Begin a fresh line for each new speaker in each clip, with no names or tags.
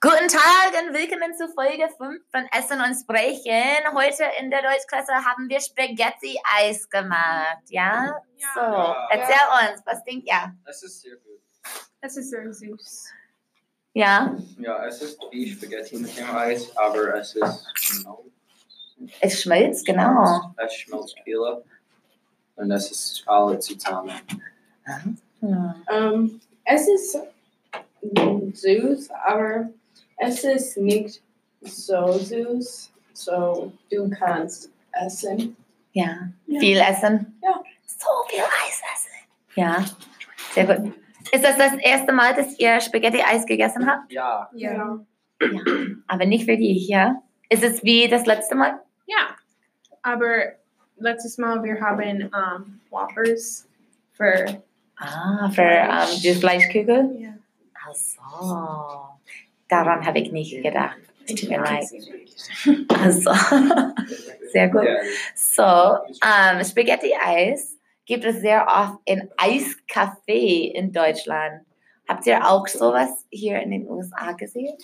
Guten Tag und willkommen zu Folge 5 von Essen und Sprechen. Heute in der Deutschklasse haben wir Spaghetti-Eis gemacht. Ja?
Ja.
So,
Ja.
erzähl uns, was denkt ihr?
Es ist sehr gut.
Das ist sehr süß.
Ja,
Ja, es ist wie Spaghetti mit dem Eis, aber es ist genau.
es schmilzt, genau.
Es schmilzt viel ab. Und es ist alle zusammen.
Hm.
Ähm, es ist süß, aber es ist nicht so süß, so du kannst essen.
Ja.
Ja.
viel essen.
Ja.
So viel Eis essen. Ja, sehr gut. Ist das das erste Mal, dass ihr Spaghetti-Eis gegessen habt?
Ja,
Ja.
Aber nicht wirklich, ja? Ist es wie das letzte Mal?
Ja. Aber letztes Mal, wir haben ähm, Whoppers für.
Ah, für ähm, die Fleischkügel?
Ja.
Ach so. Daran habe ich nicht gedacht. Tut mir leid. Also, sehr gut.
Ja.
So, ähm, Spaghetti-Eis gibt es sehr oft in Eiscafé in Deutschland. Habt ihr auch sowas hier in den USA gesehen?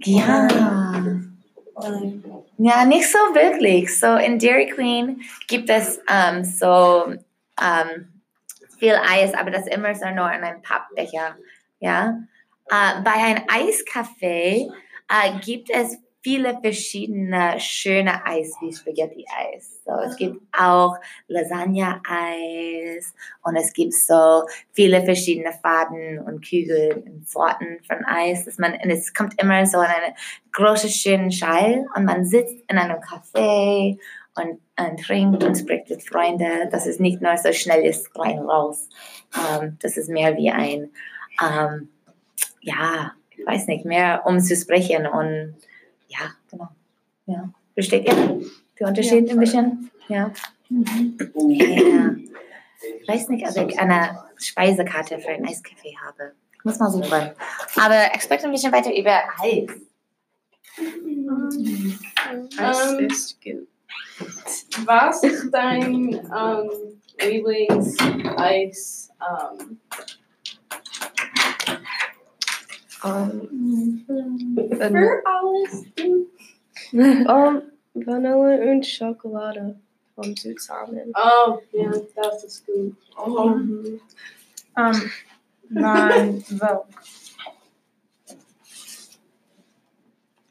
Ja. Ja, nicht so wirklich. So in Dairy Queen gibt es ähm, so ähm, viel Eis, aber das immer so nur in einem Pappbecher. Ja? Äh, bei einem Eiscafé äh, gibt es viele verschiedene schöne Eis wie Spaghetti-Eis. So, es gibt auch Lasagne-Eis und es gibt so viele verschiedene Farben und Kügel und Sorten von Eis. Dass man, und es kommt immer so in eine große schönen Schall und man sitzt in einem Café und, und trinkt und spricht mit Freunden. Das ist nicht nur so schnelles rein raus. Ähm, das ist mehr wie ein, ähm, ja, ich weiß nicht, mehr um zu sprechen und ja, genau. Ja. Versteht ihr den Unterschied ein bisschen? Ja. ja. Ich weiß nicht, ob ich eine Speisekarte für ein Eiscafé habe. Ich muss mal suchen. Aber ich spreche ein bisschen weiter über Eis.
Es
Um,
Ähm,
ist gut.
Was ist dein ähm, Lieblingseis? Ähm, für alles?
Mm-hmm. Um, Vanille und Schokolade kommen zusammen.
Oh, ja, das ist gut. Oh.
Ähm, nein, well,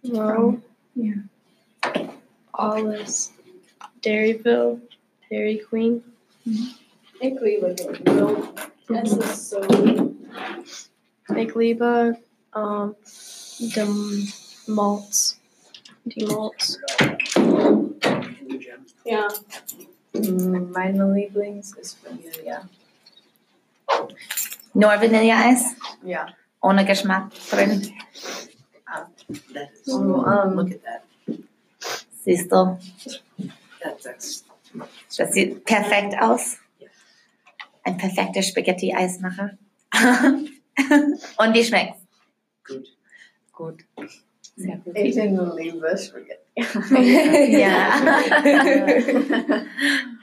Wow.
Ja.
Alles. Dairyville, Dairy Queen.
Ich liebe Dairyville. Es ist so
Ich liebe um, die Malz. Die Malz.
Ja.
Meine Lieblings ist Vanille.
Nur Vanilleeis?
Ja.
Ohne Geschmack drin.
That's,
Mm-hmm.
um, look at that.
Siehst du,
That's excellent.
das sieht perfekt aus. Ein perfekter Spaghetti-Eismacher. Und wie schmeckt's?
Gut.
Gut. Sehr gut.
Ich liebe Spaghetti.
Ja.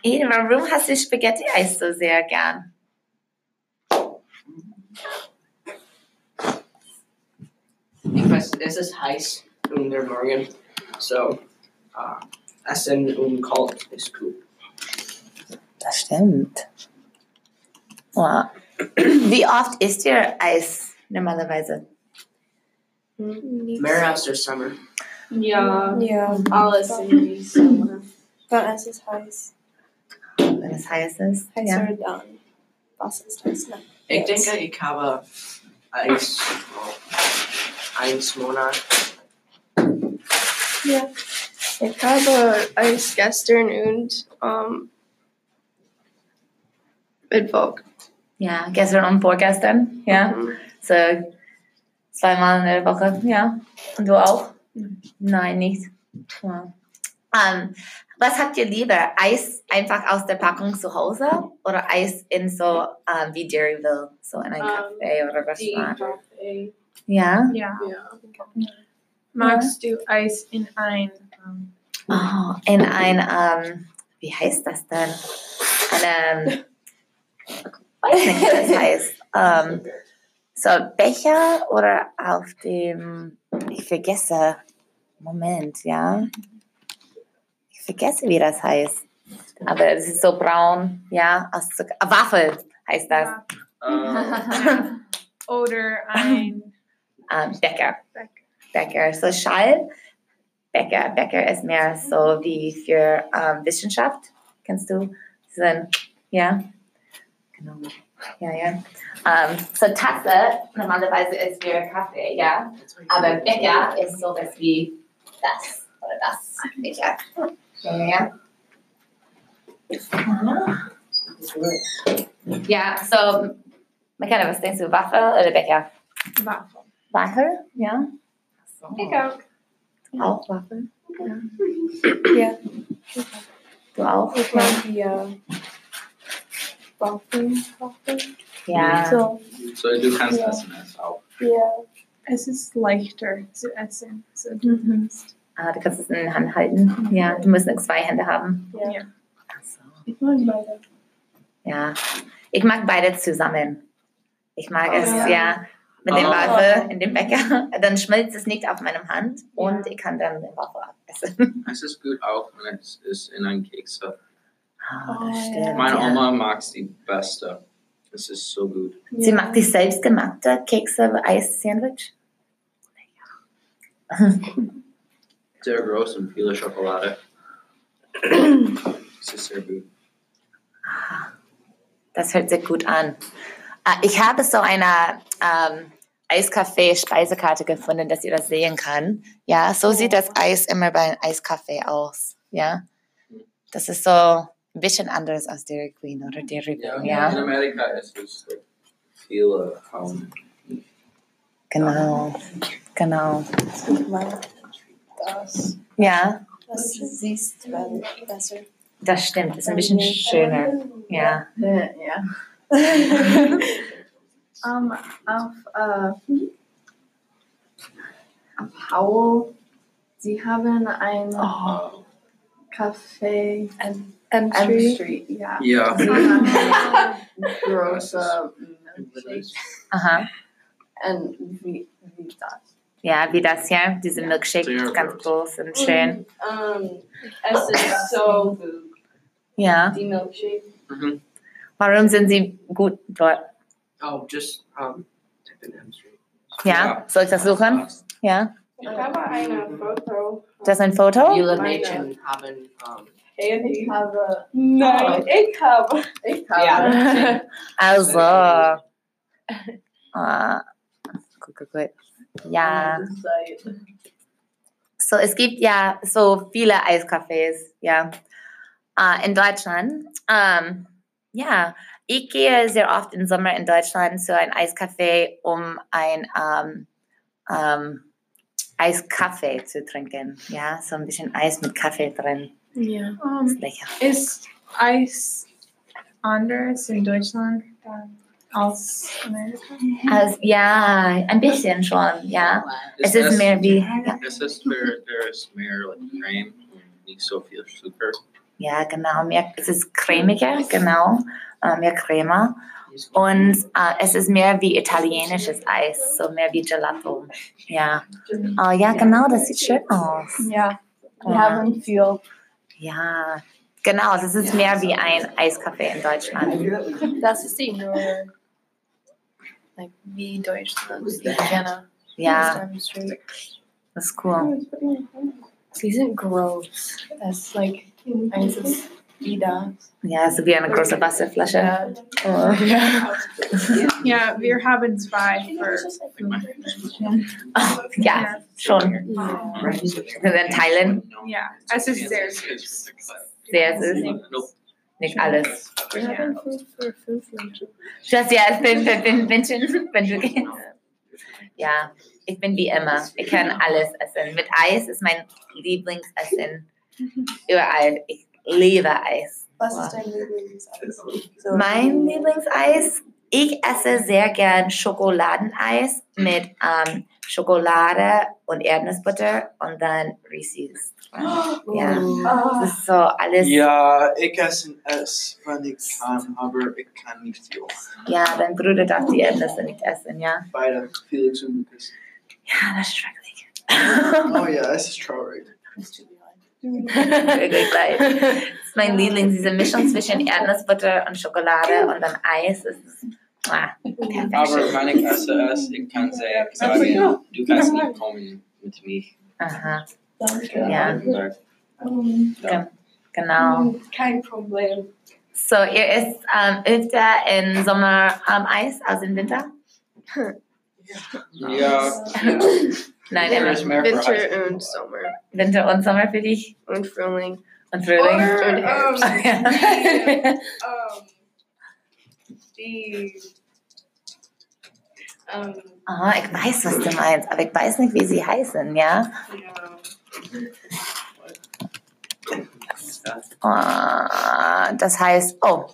Eden, warum hast du Spaghetti-Eis so sehr gern?
Ich weiß, es ist heiß in der Morgen. So, uh, Essen und kalt ist gut.
Das stimmt. Wow. Wie oft isst ihr Eis normalerweise?
Mehr als der Sommer.
Ja.
Ja,
Alles in die Sommer.
dann ist es heiß.
Wenn es heiß ist? Ja.
Halt
Heißer dann. Was ist heiß?
Ich denke, ich habe eins, eins Monat.
Ich habe Eis gestern und um, Mittwoch.
ja, gestern und vorgestern. Ja.
Mhm.
So zweimal in der Woche, ja. Und du auch? Nein, nicht. Ja. Ähm, was habt ihr lieber? Eis einfach aus der Packung zu Hause oder Eis in so ähm, wie Dairyville, so in einem
Ähm,
Café oder
Die
Restaurant?
Kaffee.
Ja.
ja.
Ja.
Magst du Eis in ein? ähm,
Oh, in ein, ähm, wie heißt das denn? Eine, weiß nicht, wie das heißt. Ähm, so, Becher oder auf dem, ich vergesse, Moment, ja. Ich vergesse, wie das heißt. Aber es ist so braun, ja, aus Zucker. ah, Waffel heißt das.
Um,
Oder ein
Ähm, Becher.
Becker.
Becker. So Schall, Becker. Becker ist mehr so wie für ähm, Wissenschaft. Kennst du? So ein, ja. Genau. Ja, ja. Ähm, so Tasse normalerweise ist für Kaffee, ja. Aber Becher ist sowas wie das oder das. Becher. Ja, ja, ja. Ja, so, McKenna, was denkst du, Waffel oder Becher?
Waffel.
Waffel, ja.
Ich auch.
Auch Waffel?
Ja.
Du auch?
Ich mag die äh, Waffen. Waffen.
Ja.
So,
so du kannst essen es auch.
ja.
Es ist leichter zu essen. So du
Mhm.
kannst-
Ah, du kannst es in den Hand halten. Ja, du musst nur zwei Hände haben.
Ja.
Ich mag beide.
Ja. Ich mag beide zusammen. Ich mag
Oh,
es, ja.
ja.
Mit dem
Oh.
Waffel in dem Bäcker. Dann schmilzt es nicht auf meinem Hand und ich kann dann den Waffel abessen.
Es ist gut auch, wenn es ist in einem Keks.
Ah,
Oh,
das
ja.
stimmt.
Meine
ja.
Oma mag die beste. Es ist so gut.
Sie mag die selbstgemachte Kekse, Eis-Sandwich.
Sehr groß und viele Schokolade. es ist sehr gut.
Das hört sich gut an. Ah, Ich habe so eine ähm, Eiskaffee-Speisekarte gefunden, dass ihr das sehen kann. Ja, so sieht das Eis immer bei einem Eiskaffee aus. Ja, das ist so ein bisschen anders als Dairy Queen oder Dairy Queen. Ja,
In Amerika ist es like, viele um,
genau, genau.
Ich mag das.
Ja,
Das siehst du besser.
das stimmt. Ist ein bisschen schöner. Ja.
Ja. Um, auf,
uh,
äh, auf Howell, sie haben ein
Oh.
uh,
Café
M
M
three.
Street, ja.
yeah.
Sie haben große Milkshake
Aha.
und wie, wie das?
Ja, wie das hier, diese Milkshake,
Sehr
ganz
gut.
groß und schön.
Um,
Es ist Mm-hmm. so gut,
Ja.
die Milkshake.
Mhm.
Warum sind sie gut dort?
Oh, just um, type in M Street.
Ja. Soll ich das suchen? Ja.
ich habe eine Foto.
Das ist ein Foto?
Vila
Mine
Mädchen haben um,
Ich habe, Oh.
Nein, ich habe.
ich habe,
ja.
Also. Ah, gut, gut, gut. Ja,
eine Seite.
so es gibt ja so viele Eiscafés, ja, Ah, in Deutschland. Ähm, ja, ich gehe sehr oft im Sommer in Deutschland zu einem Eiscafé, um ein ähm, ähm, Eiskaffee zu trinken. Ja, so ein bisschen Eis mit Kaffee drin.
Yeah.
Um,
Ist lecker.
ist Eis anders in Deutschland dann als Amerika?
Also, ja, ein bisschen schon, ja. Es ist mehr wie, ja,
Es ist mehr, there um, is mehr like cream und nicht so viel Zucker.
Ja, genau. Mehr, es ist cremiger, genau. Äh, mehr Crema. Und äh, es ist mehr wie italienisches Eis, so mehr wie Gelato. Ja. Oh ja, genau, das sieht schön aus.
Ja,
Ja.
wir haben viel.
Ja, genau, das ist mehr wie ein Eiskaffee in Deutschland.
That's the thing. Like wie Deutschland.
Who's
wie
that?
Vienna.
Ja,
Stamp Street.
das ist cool.
Sie sind gross. That's like eins ist wie das.
Ja, so wie eine große Wasserflasche.
Ja.
Oh.
Ja, wir haben zwei für.
Like my
Ja, schon. Und dann teilen.
Ja, es ist sehr süß.
Sehr süß.
Nope.
Nicht alles.
Ja.
Für fünf Menschen.
Du hast ja fünf, fünf, fünf Menschen, wenn du gehst. Ja, ich bin wie immer. Ich kann alles essen. Mit Eis ist mein Lieblingsessen. Überall. Ich liebe Eis.
Was ist dein Lieblingseis? So,
Mein Lieblingseis Ich esse sehr gern Schokoladeneis mit ähm, Schokolade und Erdnussbutter und dann Reese's. Ja,
um,
das ist so alles.
Ja, ich esse es, wenn ich kann, aber ich kann nicht viel.
Ja, dein Bruder darf die Erdnüsse nicht essen, ja.
Beide, Felix und Lukas.
Ja, das ist schrecklich.
Oh ja, es ist traurig.
Wirklich leid. Das ist mein Liebling, diese Mischung zwischen Erdnussbutter und Schokolade und dann Eis. Es ist ah, perfekt.
Aber wenn ich esse es, ich kann sehr sagen, du kannst nicht kommen mit mir.
Aha, Ja.
Ja.
Gen- genau.
Kein Problem.
So, ihr isst ähm, öfter im Sommer ähm, Eis als im Winter?
Ja.
Nein,
Winter
immer
is meer voor huis.
Winter und Sommer
Winter und Sommer für dich
und Frühling.
und Frühling.
Or,
Frühling.
um,
Oh, ja.
Um, die, um,
Ah, ich weiß, was du meinst, aber ich weiß nicht, wie sie heißen, ja?
ja.
Ah, das heißt, oh,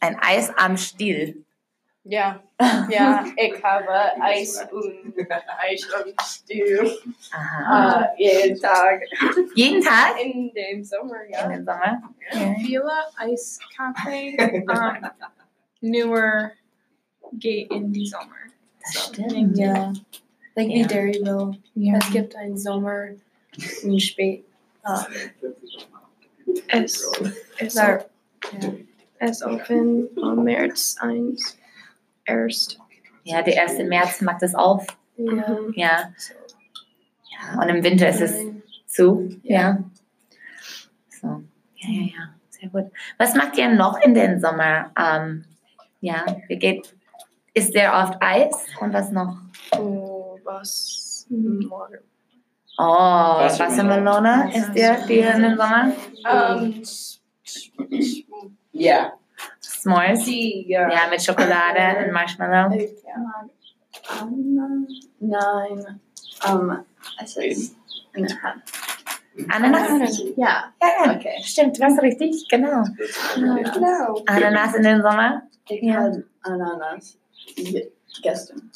ein Eis am Stiel.
Ja, ja, ich habe Eis und Eis und Stiel
Aha.
äh, jeden Tag
Jeden Tag
in dem Sommer,
in
ja.
den Sommer.
Vila Ice Cafe, um, newer gate in the summer.
Das stimmt.
Ja. Like wie
Ja.
Dairyville.
Yeah.
Es gibt einen Sommer und spät. Ah,
Es, es,
sorry.
es offen am März 1. Erst.
Ja, der 1. März macht es auf.
ja.
Mm-hmm.
Ja. ja. Und im Winter ist es zu. Ja. So. Ja, ja, ja. Sehr gut. Was macht ihr noch in den Sommer? Ähm, ja, ihr geht. Ist sehr oft Eis und was noch?
Oh, was? Water.
Oh, Wassermelone ist dir die in den Sommer?
Uh,
Um,
Yeah.
S'mores?
die, ja.
Ja, mit Schokolade und Marshmallow.
Nein. Um, es ist.
Ananas?
Ja.
Ah, Ja, ja.
Okay.
Stimmt, ganz richtig, genau.
Genau.
Ananas in den Sommer?
Ich
Ja.
had Ananas ge- gestern.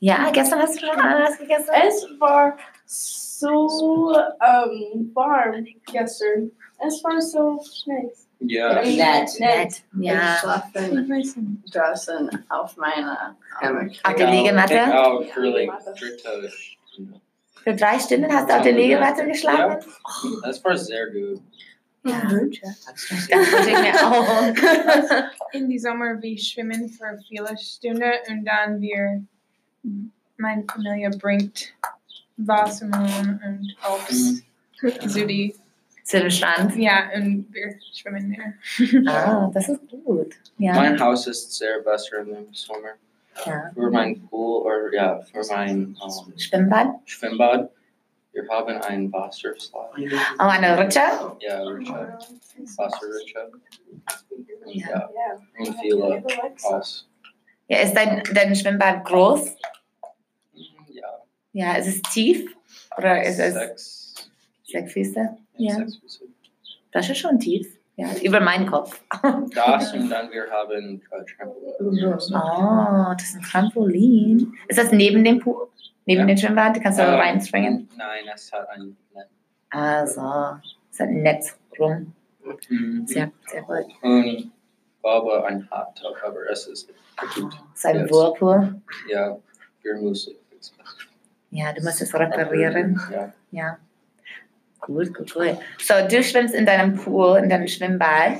Ja, gestern hast du schon Ananas gegessen?
Es war so um, warm gestern. Es war so nice.
Ja.
Nett.
Nett.
Ja.
Ich schlafe draußen auf meiner
Hammock.
Auf der
Ik
Liegematte?
hou voor like dritte.
Für drei Stunden hast du auf der Liegematte geschlafen?
Das war sehr gut.
Ja.
That's-
Ich mir auch.
In the summer we schwimmen for viele Stunden und dann wir, meine Familie bringt Wassermelon und Obst. Zudi.
Zu dem Strand?
Ja, und wir schwimmen there.
Ah, das ist gut. Ja.
Mein Haus ist sehr besser im Sommer.
Ja.
Für mein Pool oder ja, für mein ähm,
Schwimmbad?
Schwimmbad. Wir haben ein Wasserslide.
Oh, eine Rutsche?
Ja, Rutsche. Wasserrutsche. Und Ja. Und viele Haus.
Ja, ist dein, dein Schwimmbad groß?
Ja.
Ja, ist es tief? Oder ist es
Sechs.
sechs Füße?
Ja.
Ja.
Sechs Füße.
Das ist schon tief. Ja, über meinen Kopf.
Das und dann wir haben äh, Trampolin.
Oh, das ist ein Trampolin. Ist das neben dem Pool? Neben
Ja.
dem Schwimmbad? Kannst du
Ähm,
reinspringen?
Nein, es hat ein Netz.
Also, ist ein Netz rum. Sehr, sehr gut.
Und Baba ein Hot Tub, aber es ist gut.
Ist ein
Yes.
Whirlpool.
Ja, wir müssen es
Ja, du musst es reparieren.
Ja.
Ja. Gut, gut, gut. So, du schwimmst in deinem Pool, in deinem Schwimmbad.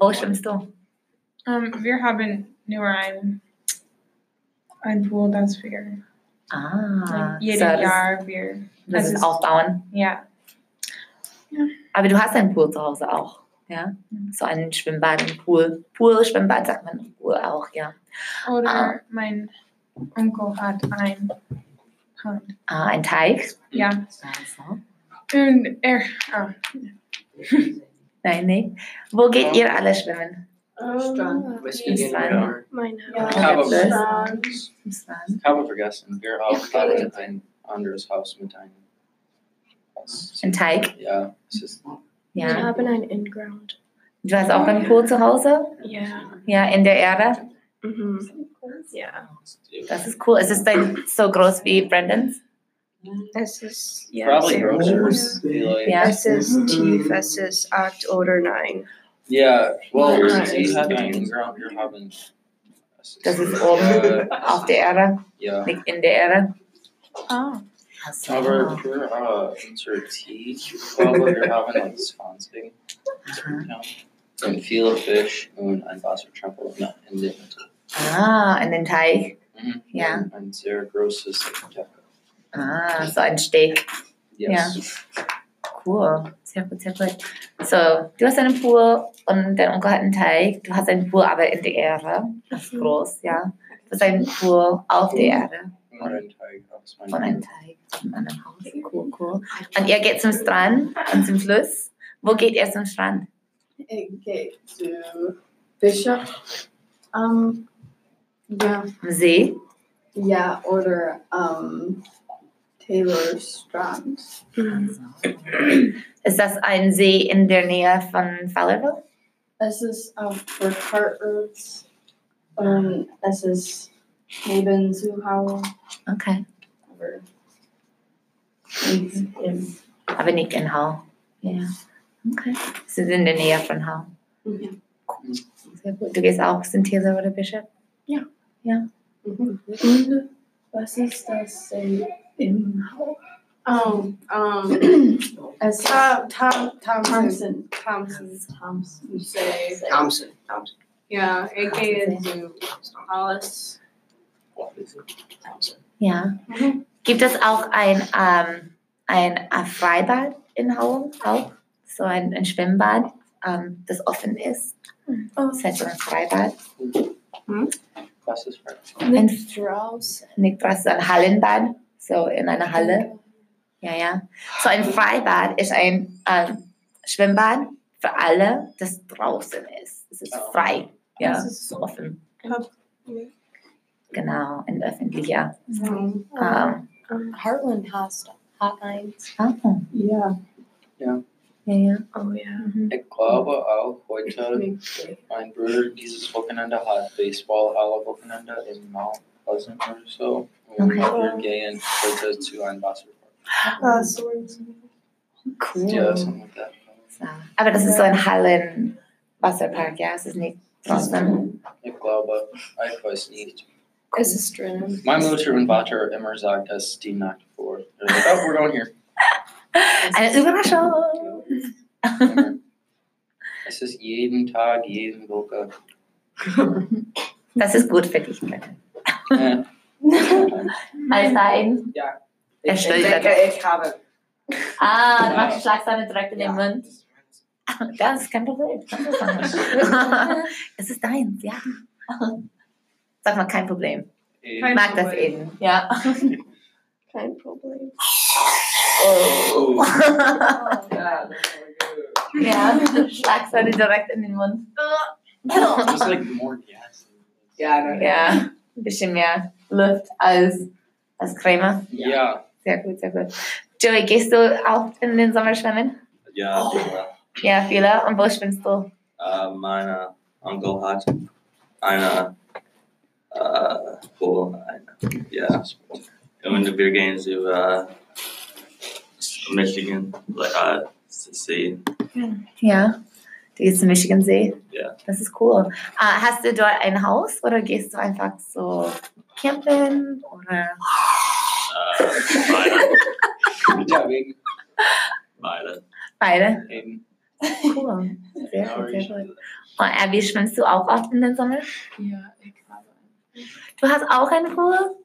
Wo schwimmst du?
Um, wir haben nur ein, ein Pool, das wir
Ah,
jedes
so, das,
Jahr wir,
das
das
ist
ist-
aufbauen.
ja.
Aber du hast einen Pool zu Hause auch. Ja, so ein Schwimmbad, ein Pool. Pool, Schwimmbad sagt man Pool auch, ja.
Oder
Ah.
mein Onkel hat ein Hand.
Ah, ein Teig.
Ja.
Also.
Und er, ah,
Nein, nein. Wo geht ihr alle schwimmen?
Um,
Whiskey and
Fine.
water.
mein
ja.
Ich habe,
Yes.
Um,
ich habe vergessen, wir auch hatten ein anderes Haus mit einem. Haus.
Ein Teig?
Ja, es ist.
Ja.
haben ein In-Ground.
Du hast auch einen Pool zu Hause?
Ja.
Ja, in der Erde?
Mhm. Yeah.
Das ist cool. Ist es denn so groß wie Brandons?
Es ist, ja,
Probably
sehr
grosser.
groß.
Like,
Ja.
Es ist tief, es ist 8 oder 9.
Yeah, well,
Nice.
Sie haben, Grau- wir haben.
Das ist oben
Äh,
auf der Erde,
Ja,
nicht in der Erde. Ah.
Oh.
aber für, äh, unser Tee, aber wir haben like Swansing. Ja. Und viele Fisch und ein Wassertrampo in der Mitte.
Ah, in den Teich.
Mhm.
Ja.
Und Ein sehr großes Deck.
Ah, so ein Steak.
Yes.
Cool. Sehr gut, sehr gut. So, du hast einen Pool und dein Onkel hat einen Teich. Du hast einen Pool, aber in der Erde. Das ist groß, ja. Du hast einen Pool auf der Erde
Ja. Und ein Teig aus meinem.
von einem Teich in einem Haus. Cool, cool. Und ihr geht zum Strand und zum Fluss. Wo geht ihr zum Strand?
Okay, to Bishop. Um, yeah,
Am See?
yeah, order um Taylor Strand.
Mm-hmm.
Ist das ein See in der Nähe von Fowlerville?
Es ist um, for Cartwrights. Um, es ist neben Zuhau.
Okay.
Aber, und, ähm,
Aber nicht in Hau. Ja. Okay. Es ist in der Nähe von Hau.
Ja.
Cool. Sehr gut. Du gehst auch zum Taylor oder Bishop?
und was ist das denn im Hau?
Oh, um,
Es ist
Tom, Tom, Thompson,
Thompson.
Thompson,
Thompson.
say,
Thompson.
yeah, AKA to Hollis.
Thompson.
Ja. Gibt es auch ein, ähm, ein äh, Freibad in Hau? Auch? So ein, ein Schwimmbad, ähm, das offen ist? Oh. Das heißt so ein Freibad.
Was ist French?
Ein
Strauss.
Nicht was, so ein Hallenbad, so in einer Halle. Ja, ja. So ein Freibad ist ein ähm, Schwimmbad für alle, das draußen ist. Es ist frei. Ja, es Oh. ist offen. Genau, ein öffentlicher.
Mm-hmm.
Ähm,
Um,
Heartland Hostel. Hot Lines.
ah,
Yeah.
ja, ja.
Oh ja.
Ich glaube auch heute, mein Bruder dieses Wochenende hat Baseball alle Wochenende in Mount Pleasant oder so. Und
Okay.
wir gehen heute zu einem Wasserpark.
Uh, swords.
Cool.
Ja, something like that.
So. Aber das ist so ein Hallenwasserpark, ja, es ist nicht draußen.
Ich glaube, ich weiß nicht.
Es ist drin.
Mein Mutter und Vater immer sagt es die Nacht vor. They're like, oh, we're going here.
Eine Überraschung!
Immer. es ist jeden Tag, jeden Woche.
Das ist gut für dich. Brennan.
Äh,
Alles ein. Er
Ich
stellt
denke, ich habe.
Ah,
Ja.
du machst die Schlagsahne direkt in den Mund. Das ist kein Problem. es ist deins, ja. Sag mal, kein Problem.
eh,
Ich mag das eben, ja.
Kein Problem.
Oh,
Ja, das
ja, Schlagsahne direkt in den Mund.
Just like more gas.
Ja, nein.
ja, ein bisschen mehr Luft als, als Crema.
Yeah.
Sehr gut, sehr gut. Joey, gehst du auch in den Sommer schwimmen?
Ja, Digga.
Ja, viele. Und wo schwimmst du?
Äh, mein Onkel hat eine äh, Pool. Eine, ja. Und wir gehen zu äh, Michigan äh, zu sehen.
Ja. Du gehst zum Michigan See?
Ja.
Das ist cool. Ah, hast du dort ein Haus oder gehst du einfach so campen? Oder?
Äh, beide.
Yeah, we
beide.
Beide.
can
Cool. Sehr gut, sehr gut. Und Abby, schwimmst du auch oft in den Sommer?
Yeah, it kind of-
Du hast auch einen Pool?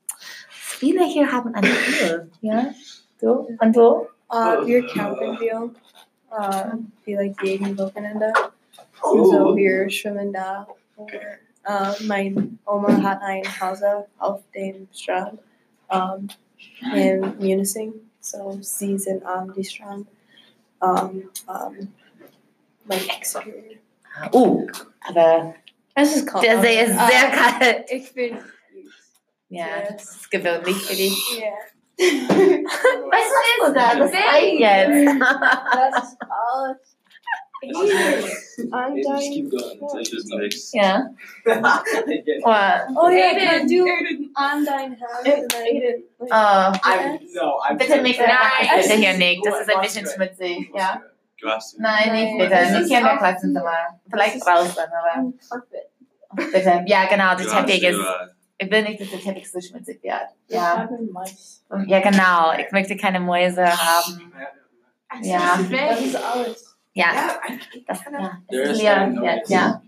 Viele hier haben einen Pool. Ja? Du? Und du?
Oh.
Uh, wir campen viel. Uh, vielleicht jeden Wochenende.
Oh.
So wir schwimmen da. Oder, uh, mein Oma hat ein Haus auf dem Strand um, in Munising. So sie sind am die Strand. Um, um, like exterior.
Uh, aber
Es ist kalt.
der See ist
Ah,
sehr kalt.
Ich bin used.
Ja, das
Yes.
ist gewöhnlich für dich.
Yeah.
Was ist das? Das ist jetzt.
Das ist alles. I'm
Just
dying.
keep going until you just mix.
Yeah. What?
Oh yeah,
Aiden,
can I do Undyne Hands and then
Aiden.
Oh.
I'm no, I'm
Bitte mix nach. Bitte hier nicht. Das
Oh,
ist ein
was
bisschen
für-
schmutzig. Ja.
Du hast
Nein, nicht
Nein.
bitte.
Das
Nicht
ist
hier in der
auch-
Klassenzimmer. Vielleicht draußen, aber
Carpet.
bitte. Ja, genau. Der
du hast
Teppich ist.
du, äh,
Ich will nicht, dass der Teppich so schmutzig wird.
Ich
Ja.
habe Mais.
Ja, genau. Ich möchte keine Mäuse haben. Ja.
Das ist alles.
Ja.
Yeah, I can
Das, ja.
There
Es
is
ist
no
Leon jetzt.
noise.
Ja.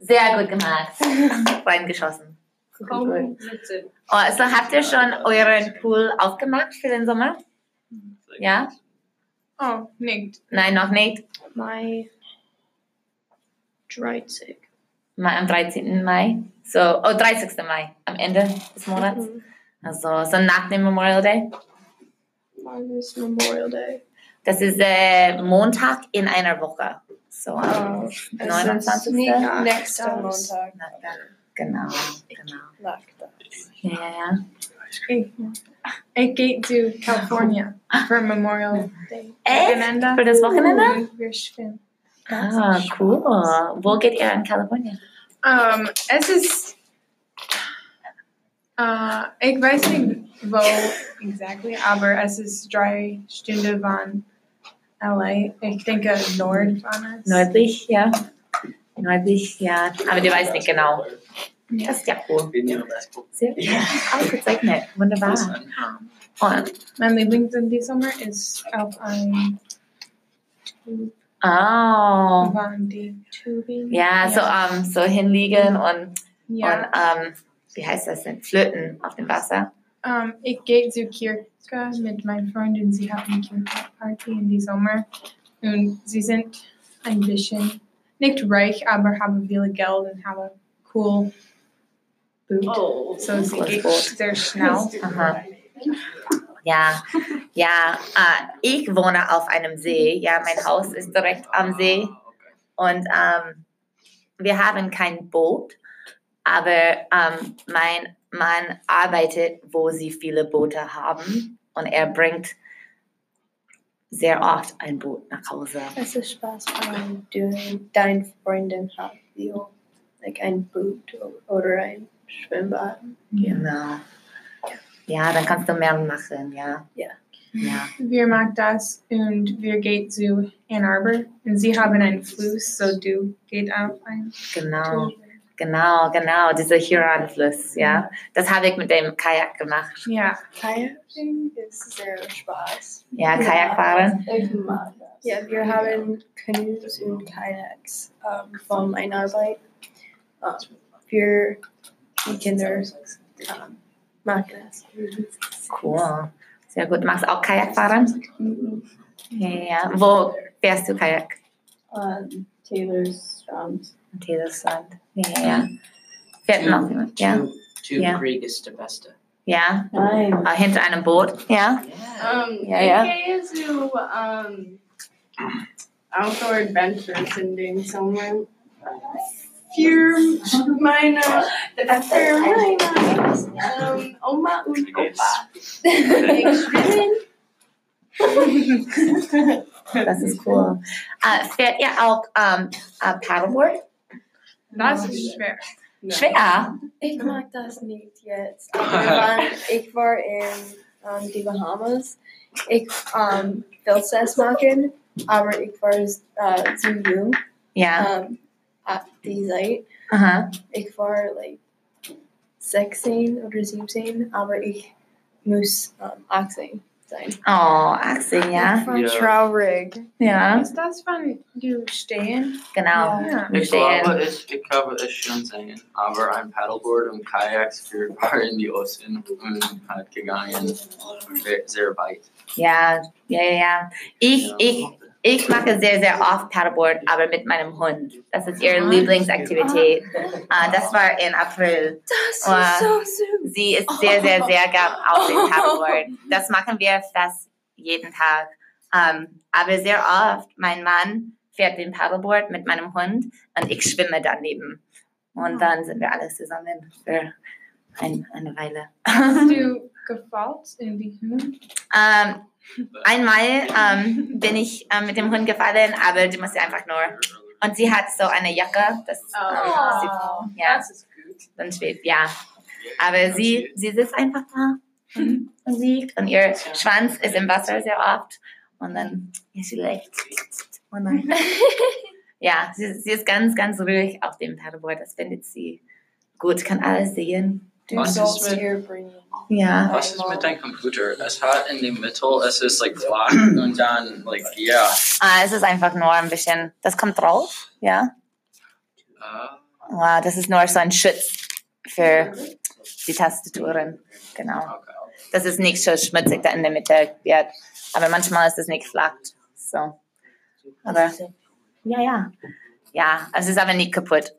Sehr gut gemacht. Reingeschossen. Gut.
Kompliziert.
Oh, also habt ihr schon euren Pool aufgemacht für den Sommer? Ja?
Oh, nee.
Nein, noch nicht.
my dried sick.
Mal am 13. Mai. So, oh, 30. Mai, am Ende des Monats. Also, so nach dem Memorial Day.
Mine is Memorial Day.
Das ist äh, Montag in einer Woche. So,
Oh,
am 29.
Sneak
Montag.
next um,
Am
time.
Montag.
Genau, genau.
Lockdown.
Ja, ja, ja.
I gate to California for Memorial Day.
Echt?
Wochenende.
Für das Wochenende?
Wir schwimmen.
Ah, cool. Wo geht ihr in Kalifornien?
Ähm, es ist. Äh, ich weiß nicht wo exactly, aber es ist drei Stunden von LA. Ich denke Nord von es.
Nördlich, ja. Nördlich, ja. Aber du weißt nicht genau. Das ist ja cool. Sehr gut. Ausgezeichnet. Wunderbar. Und,
Mein Lieblingsin diesen Sommer ist auf ein Tube
oh.
von die Tubing.
Ja, so, ähm, so hinliegen und,
Ja.
und ähm, wie heißt das denn? Flöten auf dem Wasser.
Ähm, ich gehe zu Kirka mit meinen Freunden. Sie haben Kirka-Party in die Sommer. Und sie sind ein bisschen nicht reich, aber haben viel Geld und haben cool Boot.
Oh.
So es
Cooles
geht
Boot.
sehr schnell.
Aha. Ja, ja. Äh, ich wohne auf einem See. Ja, mein Haus ist direkt am See. Und ähm, wir haben kein Boot, aber ähm, mein Mann arbeitet, wo sie viele Boote haben. Und er bringt sehr oft ein Boot nach Hause.
Es ist Spaß von doing dein Freundin hat Leo. Like ein Boot oder ein Schwimmbad.
Genau. Ja, dann kannst du mehr machen, ja.
Ja.
Ja.
Wir mag das und wir gehen zu Ann Arbor. Und sie haben einen Fluss, so du geht auf ein
Genau,
Tube.
genau, genau. Dieser Huron-Fluss, ja. Das habe ich mit dem Kajak gemacht.
Ja,
Kayaking ist sehr Spaß.
Ja, Kajakfahren.
Ich mag das.
Ja, wir haben Canoes und Kayaks ähm, von meiner Arbeit. Ähm, wir, die Kinder, ähm, machen das.
Cool. Sehr gut. Magst du auch Kajakfahren?
Mm-hmm.
Ja, ja. Wo fährst du Kajak?
Um, Taylor's um,
Am Tedersland. Ja, ja, ja. Fährt noch jemand? Ja.
Tube, Tube
Yeah.
Creek is the best.
Ja.
Nein.
Äh, hinter einem Boot. Ja.
Um,
Yeah, yeah.
AKA Zoo, um, outdoor adventures in den Sommer. Für meine, für meine, um, Oma und Opa. Ich bin
Das ist cool. Äh, fährt ihr auch ähm, äh, Paddleboard?
das ist schwer.
Schwer.
Ich mag das nicht jetzt. Aber wann- ich war in ähm, die Bahamas. Ich ähm, wollte es machen, aber ich war äh, zu jung
Ja.
ähm, auf die Zeit.
Aha.
Ich war like 16 oder 17, aber ich muss ähm, 18 sein.
Oh, Axel, ja.
Ich war
Ja.
traurig.
Ja.
Ist das von du stehen?
Genau.
Ja.
Ich glaube, ich, ich glaube, es schon singen, aber ein Paddleboard und Kajaks, wir waren in die Ocean und hat gegangen, sehr, sehr weit.
Ja, ja, ja, ja. Ich,
Ja.
ich, ich mache sehr, sehr oft Paddleboard, aber mit meinem Hund. Das ist ihre Lieblingsaktivität. Äh, das war in April.
Das
Wow.
ist so süß.
Sie ist sehr, sehr, sehr gern auf dem Paddleboard. Das machen wir fast jeden Tag. Ähm, aber sehr oft, mein Mann fährt den Paddleboard mit meinem Hund und ich schwimme daneben. Und dann sind wir alle zusammen für ein, eine Weile.
Hast du gefault in die Hühn?
Ähm, einmal ähm, bin ich ähm, mit dem Hund gefallen, aber die musste einfach nur. Und sie hat so eine Jacke, das, ähm,
Oh,
sie, ja,
das ist gut.
dann schwebt, ja. Aber sie, sie sitzt einfach da und liegt und ihr Schwanz ist im Wasser sehr oft und dann ist sie leicht. Und dann, ja, sie, sie ist ganz, ganz ruhig auf dem Paddleboard, das findet sie gut, kann alles sehen.
Was ist mit,
Ja.
was ist mit deinem Computer? Es hat in der Mitte, es ist like flach und dann like, ja.
Ah, es ist einfach nur ein bisschen, das kommt drauf, ja.
Ah,
Wow, das ist nur so ein Schutz für die Tastaturen. Genau.
Uh, okay.
Das ist nicht so schmutzig da in der Mitte wird. Aber manchmal ist es nicht flach. So. Aber ja, ja. Ja, also es ist aber nicht kaputt.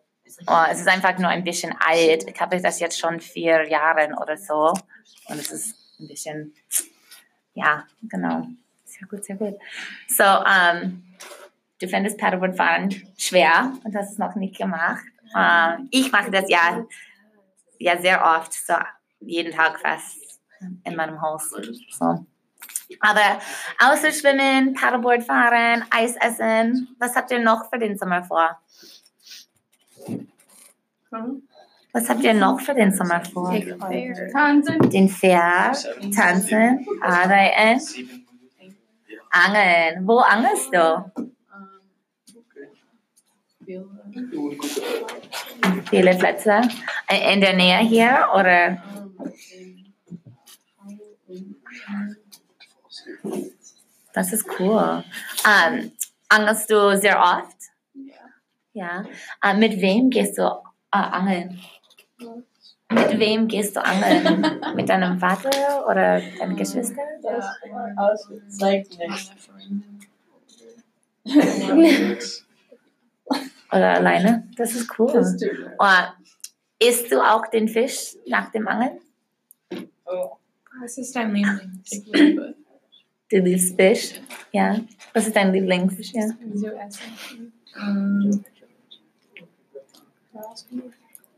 Oh, es ist einfach nur ein bisschen alt. Ich habe das jetzt schon vier Jahre oder so. Und es ist ein bisschen, ja, genau. Sehr gut, sehr gut. So, ähm, du findest Paddleboard fahren schwer und hast es noch nicht gemacht. Ähm, ich mache das ja, ja sehr oft, so jeden Tag fast in meinem Haus. So. Aber außer Schwimmen, Paddleboard fahren, Eis essen, was habt ihr noch für den Sommer vor? Was habt ihr noch für den Sommer vor?
oh,
Tanzen.
Den Pferd,
Seven,
tanzen, arbeiten,
sieben,
angeln. Wo angelst du?
Um,
Viele Plätze. In der Nähe hier oder? Das ist cool. Ähm, angelst du sehr oft? Ja. Ja. Äh, mit wem gehst du äh, angeln? Mit wem gehst du angeln? mit deinem Vater oder deinen Geschwistern?
Das Outfit zeigt nichts.
Oder alleine? Das ist cool.
Das tut mir.
Oder isst du auch den Fisch nach dem Angeln?
Was ist dein Liebling?
Du liebst Fisch? Ja. Was ist dein Lieblingsfisch? Ja.
So essen.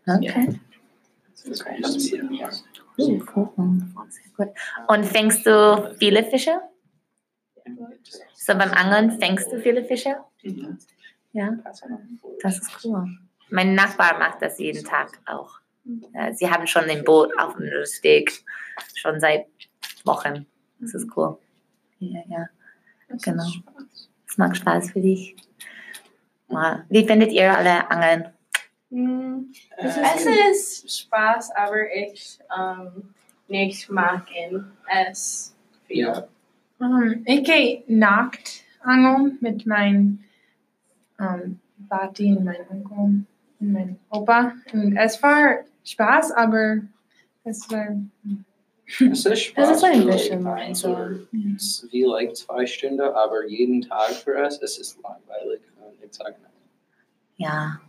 Okay. Uh, cool. Sehr gut. Und fängst du viele Fische? So beim Angeln fängst du viele Fische? Ja. Das ist cool. Mein Nachbar macht das jeden Tag auch. Äh, Sie haben schon ein Boot auf dem Steg, schon seit Wochen. Das ist cool. Ja, ja. Genau. Es macht Spaß für dich. Wow. Wie findet ihr alle Angeln?
Mm.
Hm,
Äh,
Es ist Spaß, aber ich ähm, nicht mag ihn. Es viel.
Ja.
Ähm, ich gehe nackt angeln mit meinem ähm, Vati und meinem Onkel und meinem Opa. Und es war Spaß, aber es war.
Es ist Spaß.
ist ein
für,
bisschen
like,
mein
eins
Sohn.
oder Wie like zwei Stunden, aber jeden Tag für uns, es ist langweilig. Und ich sage nein.
Ja.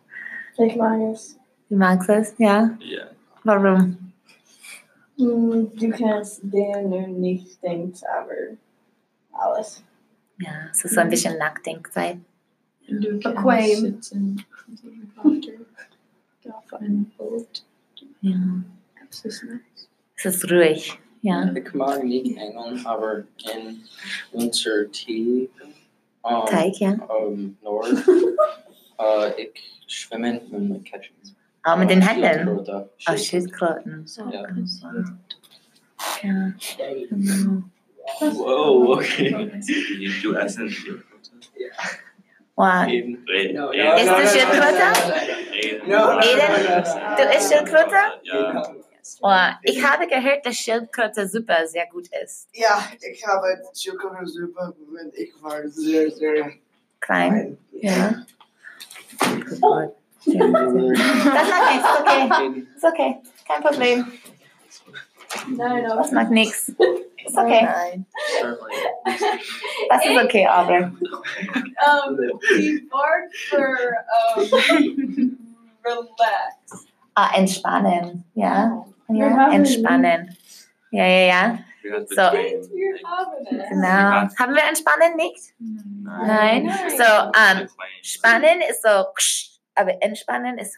Ich mag es.
Du magst es? Ja.
Yeah.
Warum?
Hm, Du kannst den und nicht denken, aber alles.
Ja, es ist so ein bisschen Nachdenkzeit.
Du kannst
Bequem.
sitzen auf dem Vater, auf einem Boot.
Ja.
Es ist nice.
Es ist ruhig. Ja.
Ich mag nicht Engeln, aber in unser Tee um,
Teig, ja.
um, Nord, äh, ich schwimme und like, catchen.
Aber mit den Händen.
Schildkröte.
Oh, Schildkröten.
Ja.
Ja. Genau.
Whoa, okay. You do essen.
Wow.
Eben.
Wait,
No,
wait.
no,
Ist das Schildkröte?
Wait.
No, no,
no,
no.
Du isst
uh,
Schildkröte?
Ja.
Wow. Ich habe gehört, dass Schildkröte super sehr gut ist.
Ja, ich habe Zuckersuppe, wenn ich war sehr, sehr
Klein.
klein.
Ja. Das macht nichts. Okay.
Eben.
Ist okay. Kein Problem.
Nein,
Das macht nichts. Ist
Oh
okay. Das ist okay, aber.
Um, die Wort für um, relax.
Ah, entspannen. Ja.
Wir
Ja,
haben-
entspannen. Ja, ja, ja.
You have to
So.
train.
Wir haben es.
Genau. Haben wir entspannen nicht? Nein. So, ähm,
Explain.
Spannen ist so, ksch, aber entspannen ist,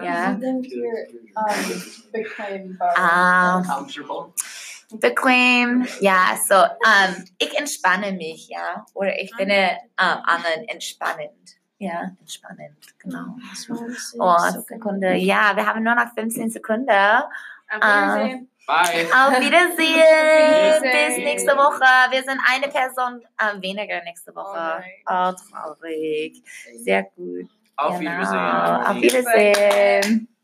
ja.
Wir sind hier um, bequem.
Ah,
Um, Comfortable.
Bequem, ja, so, ähm, ich entspanne mich, ja, oder ich bin ähm, anderen entspannend, ja, entspannend, genau. Oh, Sekunde, ja, wir haben nur noch 15 Sekunden. Ähm,
Bye.
Auf Wiedersehen. Bis nächste Woche. Wir sind eine Person äh, weniger nächste Woche. Oh, traurig. Sehr gut.
Auf
Genau.
Wiedersehen.
Auf Wiedersehen.